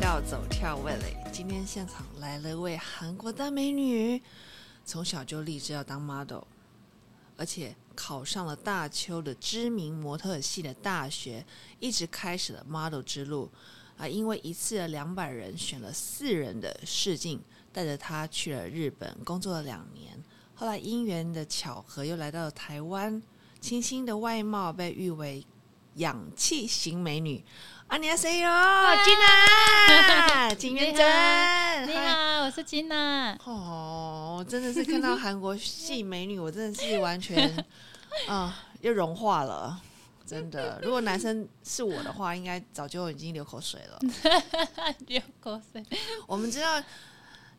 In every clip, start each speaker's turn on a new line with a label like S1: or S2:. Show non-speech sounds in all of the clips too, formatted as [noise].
S1: Michelle 魏蕾，今天现场来了一位韩国大美女，从小就立志要当 model，而且考上了大邱的知名模特系的大学，一直开始了 model 之路。啊，因为一次的两百人选了四人的试镜，带着她去了日本工作了两年，后来因缘的巧合又来到了台湾，清新的外貌被誉为氧气型美女。안
S2: 啊
S1: 녕하세요，金
S2: [laughs]
S1: 娜，金元珍，
S2: 你
S1: 嗨。
S2: 好，我是金娜。
S1: 哦，真的是看到韩国系美女，我真的是完全，啊、又融化了。真的，如果男生是我的话，应该早就已经流口水了。
S2: 流口水。
S1: 我们知道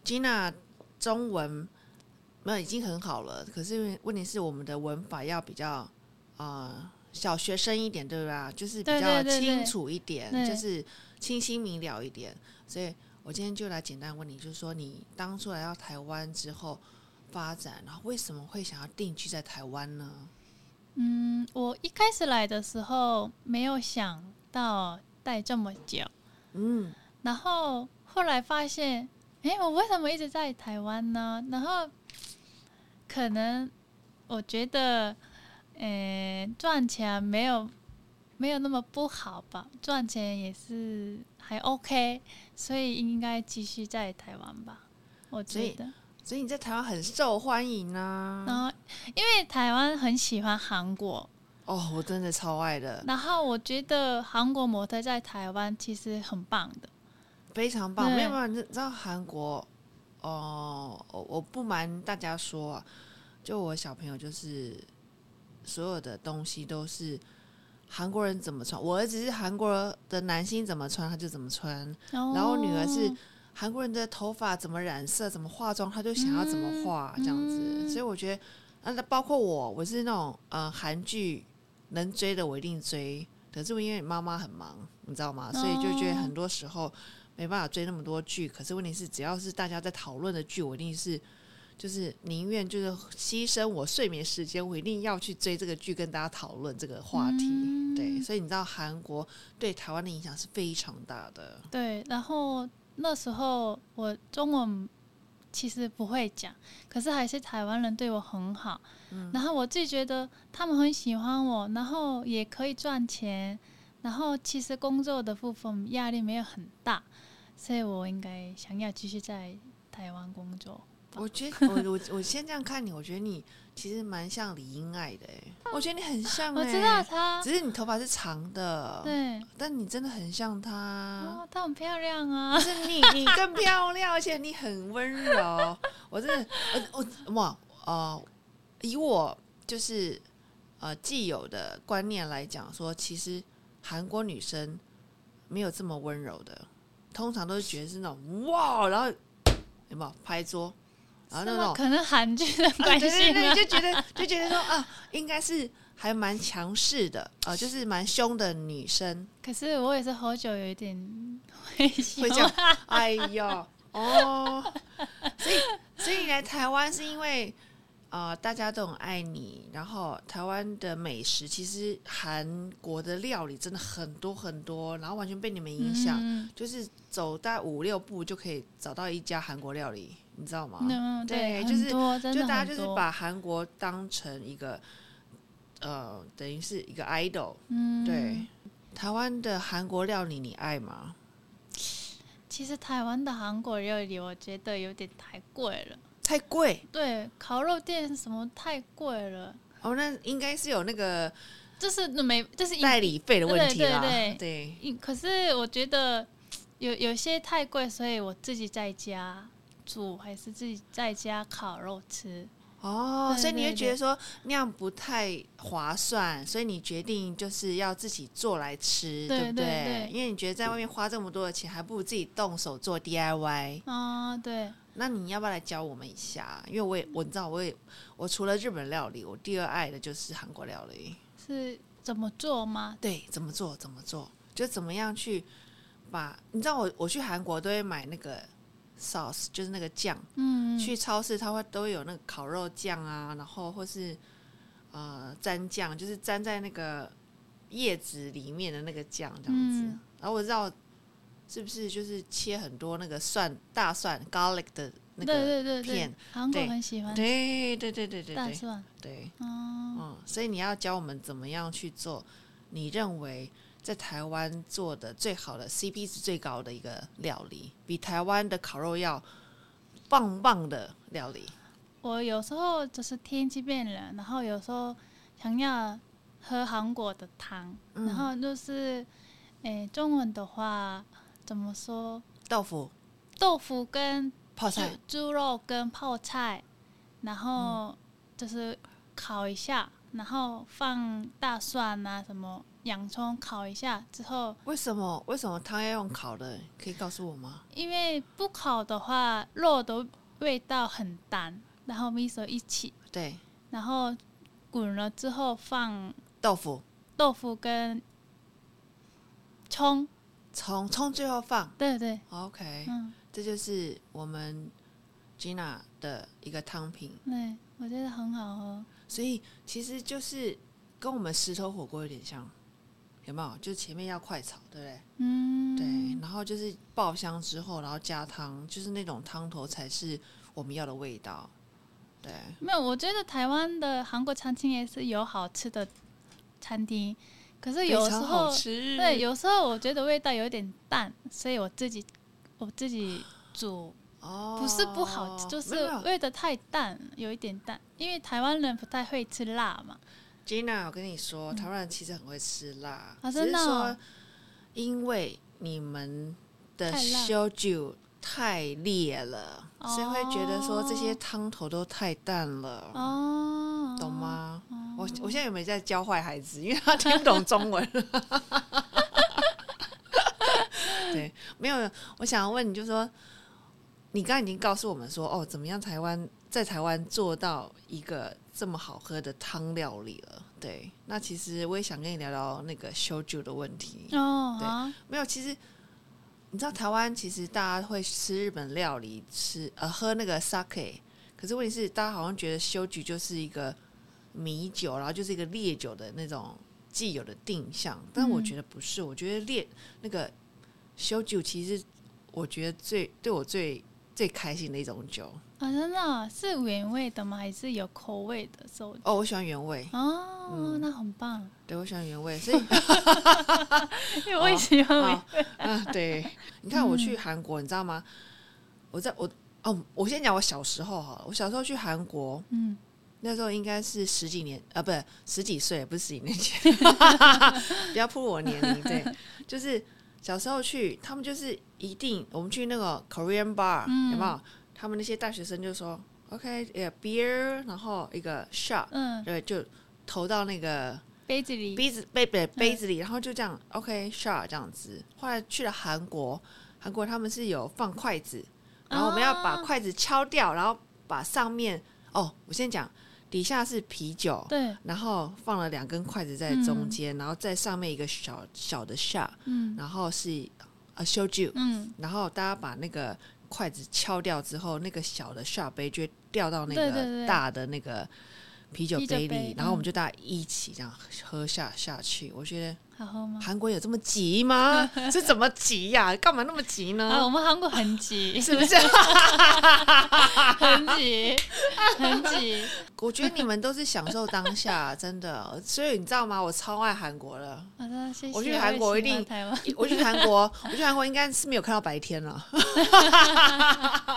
S1: Gina 中文没有已经很好了，可是问题是我们的文法要比较啊、呃小学生一点，对吧？就是比
S2: 对
S1: 较
S2: 对对对
S1: 清楚一点，
S2: 对
S1: 就是清晰明了一点。所以我今天就来简单问你，就是说你当初来到台湾之后发展，然后为什么会想要定居在台湾呢？
S2: 嗯，我一开始来的时候没有想到待这么久，
S1: 嗯，
S2: 然后后来发现，诶，我为什么一直在台湾呢？然后可能我觉得，诶，赚钱没有没有那么不好吧，赚钱也是还 OK，所以应该继续在台湾吧，
S1: 所
S2: 我觉
S1: 以嗯
S2: 得。
S1: 所以你在台湾很受欢迎啊。
S2: 然后，因为台湾很喜欢韩国，
S1: 哦，我真的超爱的，
S2: 然后我觉得韩国模特在台湾其实很棒的。
S1: 非常棒，
S2: 对
S1: 没有办法，你知道韩国，哦，我我不瞒大家说啊，就我小朋友就是所有的东西都是韩国人怎么穿，我儿子是韩国的男星怎么穿他就怎么穿，然
S2: 然
S1: 后女儿
S2: 哦
S1: 是韩国人的头发怎么染色、怎么化妆，他就想要怎么化、这样子，所以我觉得，啊那包括我，我是那种呃韩剧能追的我一定追，可是我因为妈妈很忙，你知道吗？所以就觉得很多时候没办法追那么多剧。可是问题是，只要是大家在讨论的剧，我一定是。就是宁愿就是牺牲我睡眠时间，我一定要去追这个剧，跟大家讨论这个话题。对，所以你知道韩国对台湾的影响是非常大的。
S2: 对，然后那时候我中文其实不会讲，可是还是台湾人对我很好。
S1: 嗯
S2: 然后我自己觉得他们很喜欢我，然后也可以赚钱，然后其实工作的部分压力没有很大，所以我应该想要继续在台湾工作。 [laughs]
S1: 我觉得我我我先这样看你，我觉得你其实蛮像李英爱的哎、我觉得你很像、
S2: 我
S1: 哎，
S2: 知道他，
S1: 只是啊你头发是长的，，
S2: 对，
S1: 但你真的很像她。
S2: 哦，她很漂亮啊
S1: 可。是你，你更漂亮，而且你很温柔。我真的，我我哇呃，以我就是呃既有的观念来讲，说其实韩国女生没有这么温柔的，通常都是觉得是那种哇，然后有没有拍桌，然后
S2: 是
S1: 啊那
S2: 吗
S1: 种
S2: 可能韩剧的
S1: 啊
S2: [laughs] 关
S1: 对
S2: 系
S1: 对
S2: 吗？
S1: 对，就觉得就觉得说啊，应该是还蛮强势的，呃，就是蛮凶的女
S2: [laughs]
S1: 生
S2: 可是我也是喝酒有一点会
S1: 会
S2: 会
S1: 这样。哎呦，哦，所以所以你来台湾是因为呃大家都很爱你，然后台湾的美食其实韩国的料理真的很多很多，然后完全被你们影响，
S2: 嗯
S1: 就是走大概五六步就可以找到一家韩国料理，你知道吗？
S2: 嗯，
S1: 啊对
S2: 对，
S1: 就是
S2: 很多真的
S1: 就大家
S2: 很
S1: 就是
S2: 多
S1: 把韩国当成一个呃，等于是一个 idol。
S2: 嗯，
S1: 对，。台湾的韩国料理你爱吗？
S2: 其实台湾的韩国料理我觉得有点太贵了，
S1: 太贵
S2: 对，烤肉店什么太贵了，
S1: 哦，那应该是有那个
S2: 就是没就是一
S1: 代理费的问题啦。
S2: 对对对
S1: 对
S2: 一可是我觉得有有些太贵，所以我自己在家煮还是自己在家烤肉吃。
S1: 哦，
S2: 对
S1: 所以你会
S2: 对
S1: 觉得说那样不太划算，所以你决定就是要自己做来吃，
S2: 对
S1: 不
S2: 对对
S1: 因为你觉得在外面花这么多的钱，还不如自己动手做 DIY。
S2: 啊、对，
S1: 那你要不要来教我们一下？因为我也我知道，我也我除了日本料理，我第二爱的就是韩国料理。
S2: 是怎么做吗？
S1: 对，怎么做？怎么做？就怎么样去把？你知道我我去韩国都会买那个 sauce，就是那个酱。
S2: 嗯，
S1: 去超市它会都会有那个烤肉酱啊，然后或是呃蘸酱，就是沾在那个叶子里面的那个酱这样子。
S2: 嗯
S1: 然后我知道是不是就是切很多那个蒜大蒜 garlic 的那个？
S2: 对对对对
S1: 片，
S2: 韩国
S1: 对
S2: 很喜欢
S1: 对对对对对
S2: 嗯大
S1: 对
S2: 蒜，
S1: 对，
S2: 哦，
S1: 嗯，所以你要教我们怎么样去做，你认为在台湾做的最好的 CP 值最高的一个料理，比台湾的烤肉要棒棒的料理。
S2: 我有时候就是天气变冷，然后有时候想要喝韩国的汤，
S1: 嗯
S2: 然后就是，诶，中文的话怎么说？
S1: 豆腐、
S2: 豆腐跟
S1: 泡
S2: 猪
S1: 菜，
S2: 猪肉跟泡菜，
S1: 嗯
S2: 然后就是烤一下，然后放大蒜啊什么洋葱烤一下之后，
S1: 为什么为什么汤要用烤的？可以告诉我吗？
S2: 因为不烤的话肉的味道很淡，然后 miso 一起，
S1: 对，
S2: 然后滚了之后放
S1: 豆腐、
S2: 豆腐跟葱，
S1: 葱、葱最后放。
S2: 对对，
S1: OK，、
S2: 嗯，
S1: 这就是我们 Gina 的一个汤品，
S2: 对，我觉得很好哦喝，
S1: 所以其实就是跟我们石头火锅有点像，有没有？就前面要快炒，对不对？
S2: 嗯，
S1: 对，然后就是爆香之后，然后加汤，就是那种汤头才是我们要的味道。对，
S2: 没有，我觉得台湾的韩国餐厅也是有好吃的餐厅，可是有
S1: 非
S2: 时
S1: 常好
S2: 候
S1: 吃。
S2: 对，有时候我觉得味道有点淡，所以我自己我自己煮，
S1: 哦，
S2: 不是不好吃，就
S1: 没
S2: 是
S1: 有没有
S2: 味的太淡，有一点淡，因为台湾人不太会吃辣嘛。
S1: Gina，我跟你说，台湾人其实很会吃辣，
S2: 嗯啊
S1: 只
S2: 真
S1: 是
S2: 的
S1: 说
S2: 哦
S1: 因为你们的
S2: 太辣
S1: 烧酒太烈了，所以会觉得说这些
S2: 哦
S1: 汤头都太淡了，
S2: 哦，
S1: 懂？吗？我我现在有没有在教坏孩子？因为他听不懂中文。 [laughs] 对，没有。我想要问你，就说你刚刚已经告诉我们说，哦，怎么样台湾在台湾做到一个这么好喝的汤料理了？对，那其实我也想跟你聊聊那个修酒的问题。
S2: 哦，
S1: 对
S2: 好
S1: 没有，其实你知道台湾其实大家会吃日本料理，吃呃喝那个 sake，可是问题是大家好像觉得修菊就是一个米酒，然后就是一个烈酒的那种既有的定向，但我
S2: 嗯
S1: 觉得不是，我觉得烈那个修酒其实我觉得最对我最最开心的一种酒
S2: 啊，真的哦是原味的吗？还是有口味的手？
S1: 哦，我喜欢原味，
S2: 哦，
S1: 嗯
S2: 那很
S1: [laughs]
S2: 棒，
S1: 对我喜欢原味，所以
S2: 因为我也喜欢原
S1: 啊啊，对，你看我去韩国，你知道吗？我在我哦，我先讲我小时候好了。我小时候去韩国，
S2: 嗯，
S1: 那时候应该是十几年啊，不是十几岁，不是十几年前， [laughs] 不要扑我年龄。对，就是小时候去，他们就是一定我们去那个 Korean bar，、有没有？他们那些大学生就说 OK，呃、beer，然后一个 shot，
S2: 嗯，
S1: 对，就投到那个
S2: 杯子里，
S1: 杯子杯杯杯子里，然后就这样 OK shot 这样子。后来去了韩国，韩国他们是有放筷子，然后我们要把
S2: 啊
S1: 筷子敲掉，然后把上面哦，我先讲，底下是啤酒，
S2: 对，
S1: 然后放了两根筷子在中间，然后在上面一个小小的 shot，
S2: 嗯
S1: 然后是呃 s h o j u
S2: 嗯，
S1: 然后大家把那个筷子敲掉之后，那个小的 shot 杯就会掉到那
S2: 对对
S1: 个
S2: 对
S1: 大的那个啤酒
S2: 啤酒
S1: 杯里，
S2: 杯
S1: 然后我们
S2: 嗯
S1: 就大家一起这样喝下下去。我觉得
S2: 好喝吗？
S1: 韩国有这么急吗？
S2: [laughs]
S1: 这怎么急呀、干嘛那么急
S2: 啊，
S1: 呢？
S2: 我们韩国很急，
S1: 是不是？
S2: [laughs] 很
S1: [laughs]
S2: 挤，很挤。
S1: 我觉得你们都是享受当下，真的。所以你知道吗？我超爱韩国了。
S2: 好的，谢谢。
S1: 我去韩国
S2: 我也
S1: 一
S2: 喜欢
S1: 定
S2: 台湾，
S1: 我去韩国，我去韩国应该是没有看到白天
S2: [laughs]
S1: 了。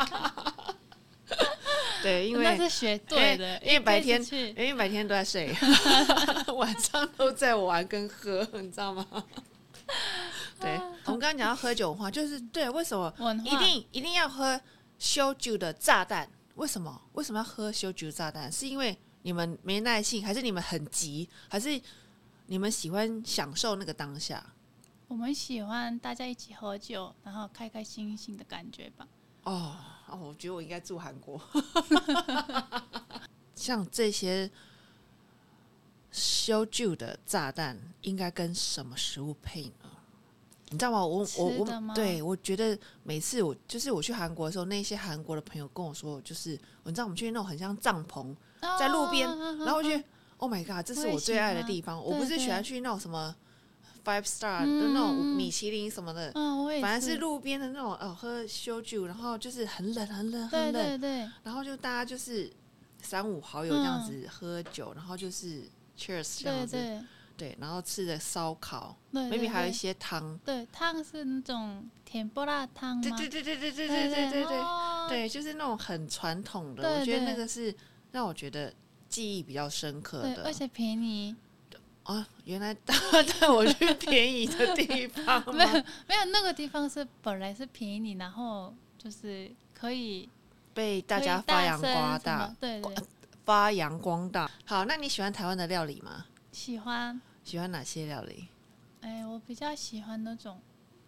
S1: [laughs] 对， [laughs] 因为
S2: 那是学对
S1: [laughs]
S2: 的，
S1: 因为因为白天
S2: 一辈子去，
S1: 因为哎白天都在睡，晚上都在玩跟喝，你知道吗？对，我们刚刚讲到喝酒文化，就是对，为什么
S2: 文化
S1: 一定一定要喝修酒的炸弹？为什么？为什么要喝修酒炸弹？是因为你们没耐性，还是你们很急，还是你们喜欢享受那个当下？
S2: 我们喜欢大家一起喝酒，然后开开心心的感觉吧。
S1: 哦，哦，我觉得我应该住韩 [laughs] 国。像这些修旧的炸弹，应该跟什么食物配呢？你知道吗？我我
S2: 吃的
S1: 我，
S2: 吗
S1: 对我觉得每次我就是我去韩国的时候，那些韩国的朋友跟我说，就是你知道我们去那种很像帐篷，在路边
S2: 啊
S1: 然后我就觉得 Oh my God，这是
S2: 我也
S1: 我最爱的
S2: 喜欢
S1: 地方。我
S2: 对
S1: 不是喜
S2: 对
S1: 欢去那种什么 five star 的那种
S2: 嗯
S1: 米其林什么的，
S2: 嗯，我也
S1: 反正是路边的那种呃喝修酒，然后就是很冷很冷
S2: 对
S1: 很冷，
S2: 对对，
S1: 然后就大家就是三五好友这样子喝酒，然后就是 cheers 这
S2: 嗯对
S1: 样子，
S2: 对
S1: 对然后吃的烧烤
S2: 对对
S1: ，maybe 还有一
S2: 对
S1: 些汤，
S2: 对汤是那种甜不辣汤吗？
S1: 对对对对对对对
S2: 对
S1: 对对对，
S2: 哦
S1: 对，就是那种很传统的，
S2: 对
S1: 我觉得
S2: 对
S1: 那个是让我觉得记忆比较深刻
S2: 对，
S1: 的
S2: 而。且便宜，
S1: 哦，原来大家带我去便宜的地方
S2: [laughs] 没有
S1: 吗？
S2: 没有那个地方是本来是便宜你，然后就是可以
S1: 被大
S2: 可以
S1: 家发扬
S2: 声
S1: 光
S2: 什么
S1: 大，
S2: 对对，
S1: 发扬光大。好，那你喜欢台湾的料理吗？
S2: 喜欢。
S1: 喜欢哪些料理？
S2: 哎，我比较喜欢那种，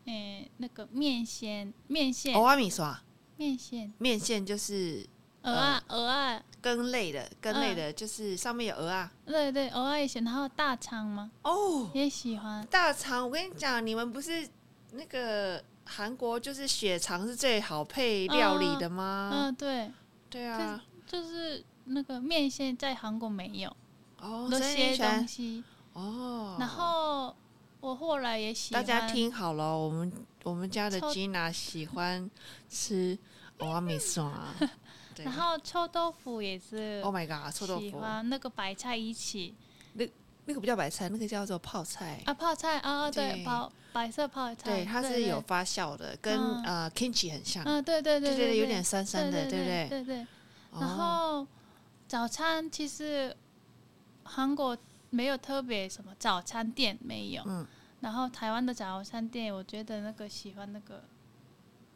S2: 哎，那个面线，面线，
S1: 欧哦阿米刷
S2: 面线，
S1: 面线就是
S2: 鹅啊，鹅啊，
S1: 羹类的，羹类
S2: 嗯
S1: 的就是上面有鹅啊。
S2: 对对，鹅啊也喜欢，然后大肠吗？
S1: 哦，
S2: 也喜欢。
S1: 大肠，我跟你讲，你们不是那个韩国就是血肠是最好配料理的吗？
S2: 嗯，对，
S1: 对
S2: 可
S1: 啊。
S2: 就是那个面线在韩国没有
S1: 哦，
S2: 那
S1: 所以你
S2: 些
S1: 喜欢
S2: 东西，
S1: 哦，
S2: 然后我后来也喜
S1: 大
S2: 欢。
S1: 家听好了，我们我们家的
S2: 臭
S1: Gina 喜欢
S2: [laughs]
S1: 吃欧阿米刷，啊对
S2: 然后臭豆腐也是
S1: ，Oh my god，臭豆
S2: 喜
S1: 腐，
S2: 欢那个白菜一起
S1: 那个不叫白菜，那个叫做泡菜。
S2: 啊，泡菜啊，
S1: 对
S2: 对，泡白色泡菜，
S1: 对，它是有，发酵的，跟
S2: 嗯
S1: 呃 kimchi 很像，
S2: 嗯，对对
S1: 对
S2: 对
S1: 有点酸酸的，
S2: 对
S1: 不
S2: 对？对对。
S1: 哦
S2: 然后早餐其实韩国没有特别什么早餐店没有，
S1: 嗯，
S2: 然后台湾的早餐店，我觉得那个喜欢那个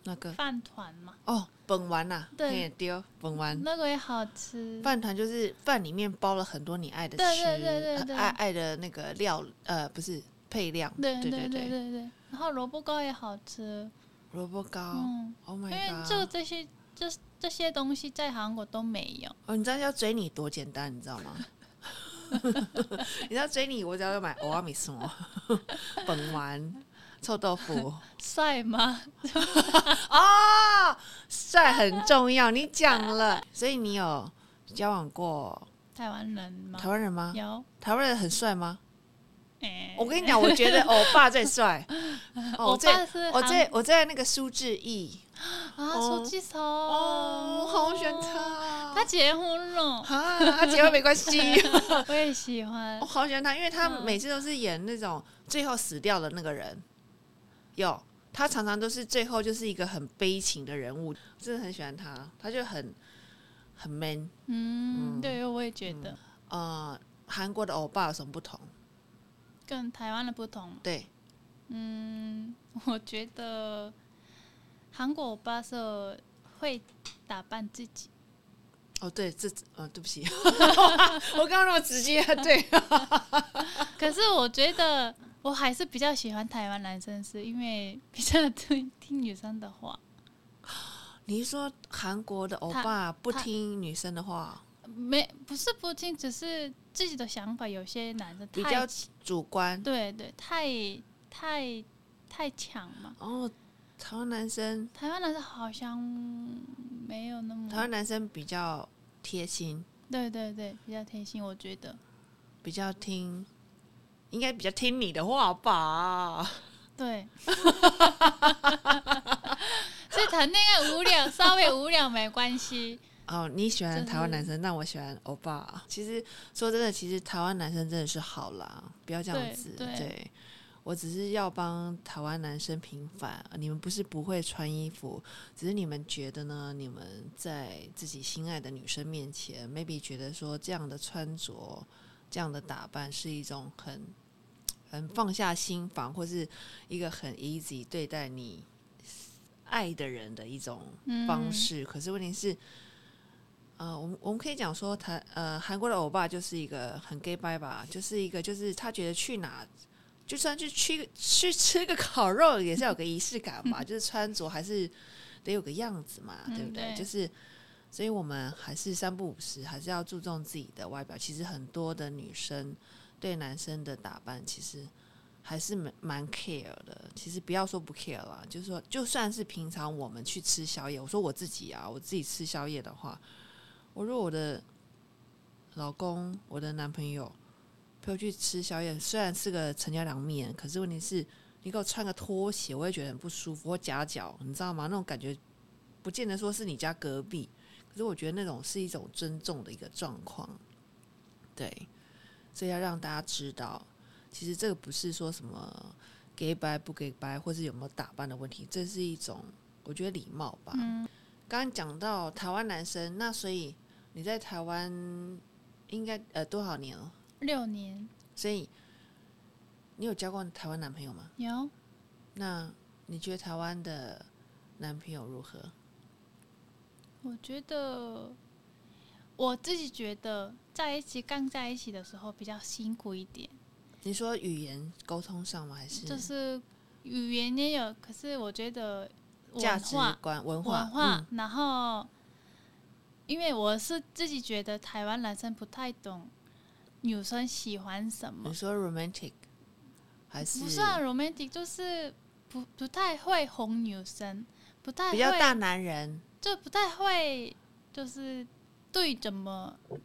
S1: 那个
S2: 饭团嘛，
S1: 哦，本丸呐，
S2: 对
S1: 嘿丢本丸
S2: 那个也好吃。
S1: 嗯饭团就是饭里面包了很多你爱的吃，
S2: 对对对对
S1: 呃
S2: 对
S1: 爱爱的那个料，呃，不是配料，
S2: 对
S1: 对
S2: 对
S1: 对，
S2: 对对，然后萝卜糕也好吃，
S1: 萝卜糕
S2: 嗯，
S1: ，Oh
S2: 因
S1: my
S2: 为
S1: god，
S2: 这这些这这些东西在韩国都没有。
S1: 哦，你知道要追你多简单，你知道吗？
S2: [laughs]
S1: 你知道追你，我只要买欧阿米什么哦 [laughs] 本丸、臭豆
S2: [laughs]
S1: 腐
S2: 帅吗？
S1: 哦，帅很重要。你讲了，所以你有交往过
S2: [laughs] 台湾人吗
S1: 台？湾人吗？
S2: 有，
S1: 台湾人很帅吗？
S2: 哎、
S1: 我跟你讲，我觉
S2: [laughs]
S1: 得欧巴最帅。哦，
S2: 我
S1: 我最
S2: 爸是
S1: 我
S2: 韩
S1: 最我最爱那个苏志毅。
S2: 啊，
S1: 哦
S2: 手机手，
S1: 哦，我好喜欢他。哦。
S2: 他结婚了，
S1: 啊，他结婚没关
S2: [laughs]
S1: 系。
S2: 我也喜欢
S1: 我。好喜欢他，因为他
S2: 嗯
S1: 每次都是演那种最后死掉的那个人。有，他常常都是最后就是一个很悲情的人物，真的很喜欢他，他就很很 man。
S2: 嗯，对，我也觉得、
S1: 呃，韩国的欧巴有什么不同？
S2: 跟台湾的不同。 [laughs]
S1: 对，
S2: 嗯，我觉得韩国欧巴是会打扮自己， [laughs]
S1: 哦，对，这呃，对不起， [laughs] 我刚刚那么直接，对，
S2: 可是我觉得我还是比较喜欢台湾男生，是因为比较听听女生的话。
S1: 你是说韩国的欧巴不听女生的话，
S2: 没，不是不听，只是自己的想法。有些男生
S1: 比
S2: 太
S1: 较主观。
S2: 对对，太太太强嘛。
S1: 哦，台湾男生，
S2: 台湾男生好像没有那么，
S1: 台湾男生比较贴心。
S2: 对对对，比较贴心，我觉得。
S1: 比较听，应该比较听你的话吧？
S2: 对， [laughs] 所以谈恋爱无聊，稍微无聊没关系。
S1: 哦，你喜欢
S2: 就是
S1: 台湾男生，那我喜欢欧巴。其实说真的，其实台湾男生真的是好啦，不要这样
S2: 对
S1: 子。
S2: 对
S1: 我只是要帮台湾男生平反，你们不是不会穿衣服，只是你们觉得呢？你们在自己心爱的女生面前，maybe 觉得说这样的穿着、这样的打扮是一种很很放下心房，或是一个很 easy 对待你爱的人的一种
S2: 嗯，
S1: 方式。可是问题是，呃，我们我们可以讲说台呃韩国的欧巴就是一个很 gay 拜吧，就是一个就是他觉得去哪。就算去去去吃个烤肉，也是有个仪式感嘛，就是穿着还是得有个样子嘛，
S2: 嗯
S1: 对不对？
S2: 对
S1: 就是，所以我们还是三不五时，还是要注重自己的外表。其实很多的女生对男生的打扮，其实还是蛮蛮 care 的。其实不要说不 care 啦，就是说，就算是平常我们去吃宵夜，我说我自己啊，我自己吃宵夜的话，我如果我的老公、我的男朋友陪我去吃宵夜，虽然是个陈家凉面，可是问题是，你给我穿个拖鞋，我也觉得很不舒服，或夹脚，你知道吗？那种感觉，不见得说是你家隔壁，可是我觉得那种是一种尊重的一个状况，对，所以要让大家知道，其实这个不是说什么给白不给白，或是有没有打扮的问题，这是一种我觉得礼貌吧。
S2: 嗯，
S1: 刚刚讲到台湾男生，那所以你在台湾应该呃多少年了？
S2: 六年
S1: 所以你有交过台湾男朋友吗？
S2: 有
S1: 那你觉得台湾的男朋友如何？
S2: 我觉得我自己觉得在一起刚在一起的时候比较辛苦一点，
S1: 你说语言沟通上吗？还是
S2: 就是语言也有，可是我觉得
S1: 价
S2: 文
S1: 值
S2: 化
S1: 观、文化？
S2: 文化，
S1: 嗯
S2: 然后因为我是自己觉得台湾男生不太懂女生喜欢什么
S1: 你，说 romantic 还是
S2: 嗯不啊算 romantic，就是不不太会哄女生，不太
S1: 比较大
S2: 会，
S1: 男人？
S2: 就不太会，就是对怎么
S1: 嗯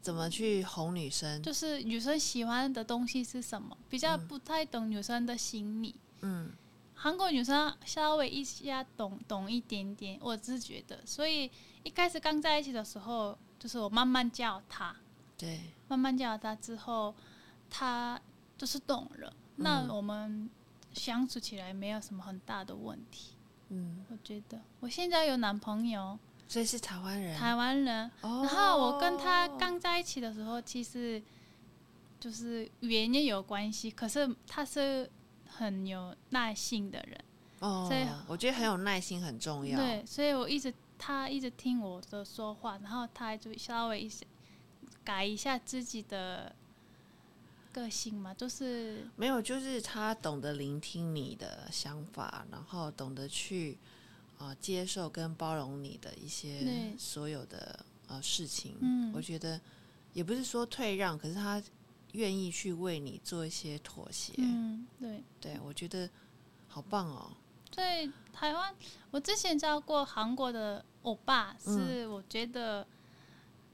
S1: 怎么去哄女生？
S2: 就是女生喜欢的东西是什么，比较不太懂女生的心理。
S1: 嗯，
S2: 韩国女生稍微一下懂懂一点点，我自觉得，所以一开始刚在一起的时候，就是我慢慢教她，
S1: 对，
S2: 慢慢教她之后，她就是懂了。
S1: 嗯
S2: 那我们相处起来没有什么很大的问题，
S1: 嗯，
S2: 我觉得。我现在有男朋友，
S1: 所以是台湾人。
S2: 台湾人，
S1: 哦，
S2: 然后我跟他刚在一起的时候，其实就是语言也有关系，可是他是很有耐性的人，
S1: 哦
S2: 所以，
S1: 我觉得很有耐心很重要。
S2: 对，所以我一直他一直听我的说话，然后他就稍微一些改一下自己的个性嘛，就是
S1: 没有，就是他懂得聆听你的想法，然后懂得去啊、呃接受跟包容你的一些
S2: 对
S1: 所有的呃事情。
S2: 嗯
S1: 我觉得也不是说退让，可是他愿意去为你做一些妥协。
S2: 嗯，对。
S1: 对我觉得好棒哦。
S2: 对台湾，我之前交过韩国的欧巴，
S1: 嗯
S2: 是我觉得，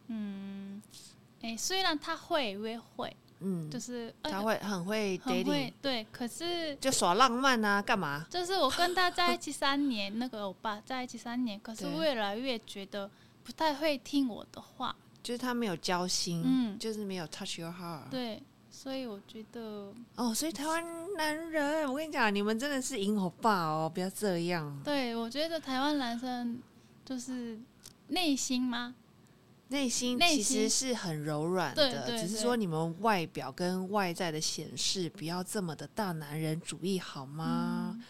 S2: 嗯，诶，虽然他会约会，
S1: 嗯，
S2: 就是、呃
S1: 他会很会
S2: 很
S1: dating，
S2: 会对，可是
S1: 就耍浪漫啊，干嘛？
S2: 就是我跟他在一起三年，那个欧巴在一起三年，可是
S1: 对
S2: 越来越觉得不太会听我的话，
S1: 就是他没有交心，
S2: 嗯
S1: 就是没有 touch your heart。
S2: 对，所以我觉得，
S1: 哦，所以台湾男人，我跟你讲，你们真的是银欧巴哦，不要这样。
S2: 对我觉得台湾男生就是内心吗？
S1: 内心
S2: 内
S1: 其实
S2: 心
S1: 是很柔软的，
S2: 对对
S1: 只是
S2: 对
S1: 说你们外表跟外在的显示不要这么的大男人主义好吗？
S2: 嗯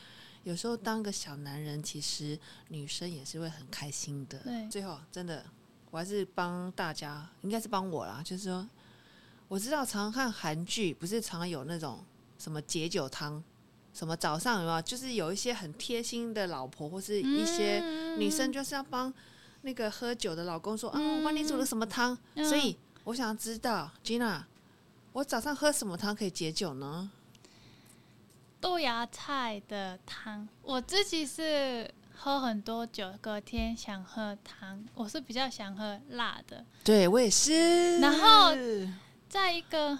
S1: 有时候当个小男人，其实女生也是会很开心的。
S2: 对
S1: 最后真的，我还是帮大家，应该是帮我啦，就是说，我知道常看韩剧，不是常有那种什么解酒汤，什么早上有没有，就是有一些很贴心的老婆或是一些、
S2: 嗯
S1: 女生就是要帮那个喝酒的老公说：“啊，我帮你煮了什么汤。
S2: 嗯
S1: 所以我想知道，Gina，我早上喝什么汤可以解酒呢？
S2: 豆芽菜的汤，我自己是喝很多酒，隔天想喝汤，我是比较想喝辣的。
S1: 对我也是。
S2: 然后在一个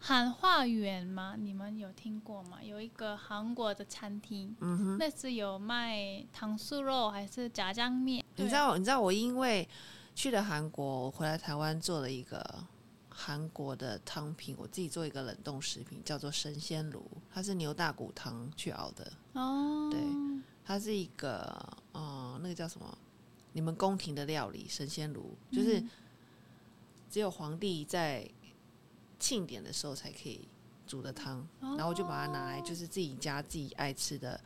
S2: 韩化园嘛，你们有听过吗？有一个韩国的餐厅，
S1: 嗯哼，
S2: 那是有卖糖醋肉还是炸酱面？
S1: 你知道，你知道我因为去了韩国，我回来台湾做了一个韩国的汤品，我自己做一个冷冻食品，叫做神仙炉，它是牛大骨汤去熬的。
S2: 对哦，
S1: 对它是一个呃，那个叫什么？你们宫廷的料理神仙炉，就是
S2: 嗯
S1: 只有皇帝在庆典的时候才可以煮的汤。
S2: 哦
S1: 然后我就把它拿来，就是自己家自己爱吃的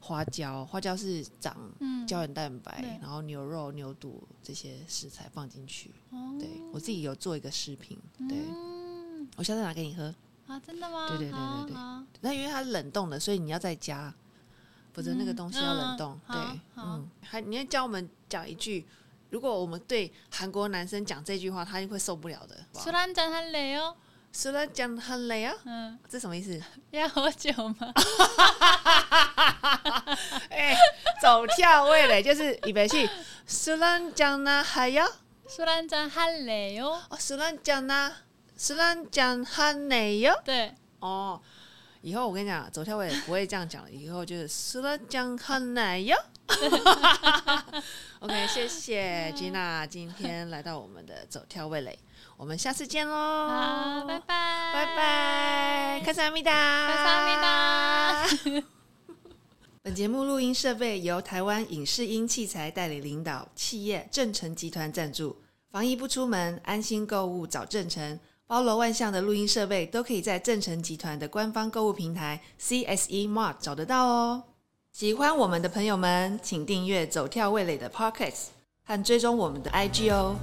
S1: 花椒，花椒是长
S2: 嗯
S1: 胶原蛋白，
S2: 对
S1: 然后牛肉、牛肚这些食材放进去。
S2: 哦
S1: 对我自己有做一个食品，对
S2: 嗯
S1: 我下次拿给你喝。
S2: 啊，真的吗？
S1: 对对对对对
S2: 好好
S1: 那因为它冷冻的，所以你要在家，否则那个
S2: 嗯
S1: 东西要冷冻。
S2: 嗯
S1: 对，
S2: 好好
S1: 嗯，还你要教我们讲一句，如果我们对韩国男生讲这句话，他一定会受不了的。
S2: 술한잔할래요？
S1: 虽然讲很累啊，
S2: 嗯，
S1: 这什么意思？ [laughs]
S2: 要喝酒吗？
S1: 哎、走跳位嘞，就是预备去。虽然讲呢还要，
S2: 술한잔할래요？
S1: 哦，虽然讲呢，是咱讲汉内哟。
S2: 对，
S1: 哦，以后我跟你讲，昨天我也不会这样讲了，以后就是是咱讲汉内哟。OK，谢
S2: [laughs]
S1: 谢
S2: 嗯
S1: 吉娜今天来到我们的走跳味蕾，我们下次见喽，
S2: 好，拜拜，
S1: 拜拜，开萨米达，
S2: 拜拜，拜拜。
S1: [laughs] 本节目录音设备由台湾影视音器材代理领导企业正成集团赞助。防疫不出门，安心购物找正成。包罗万象的录音设备都可以在正成集团的官方购物平台 CSE Mart 找得到哦。喜欢我们的朋友们，请订阅“走跳味蕾”的 Pockets 和追踪我们的 IG 哦。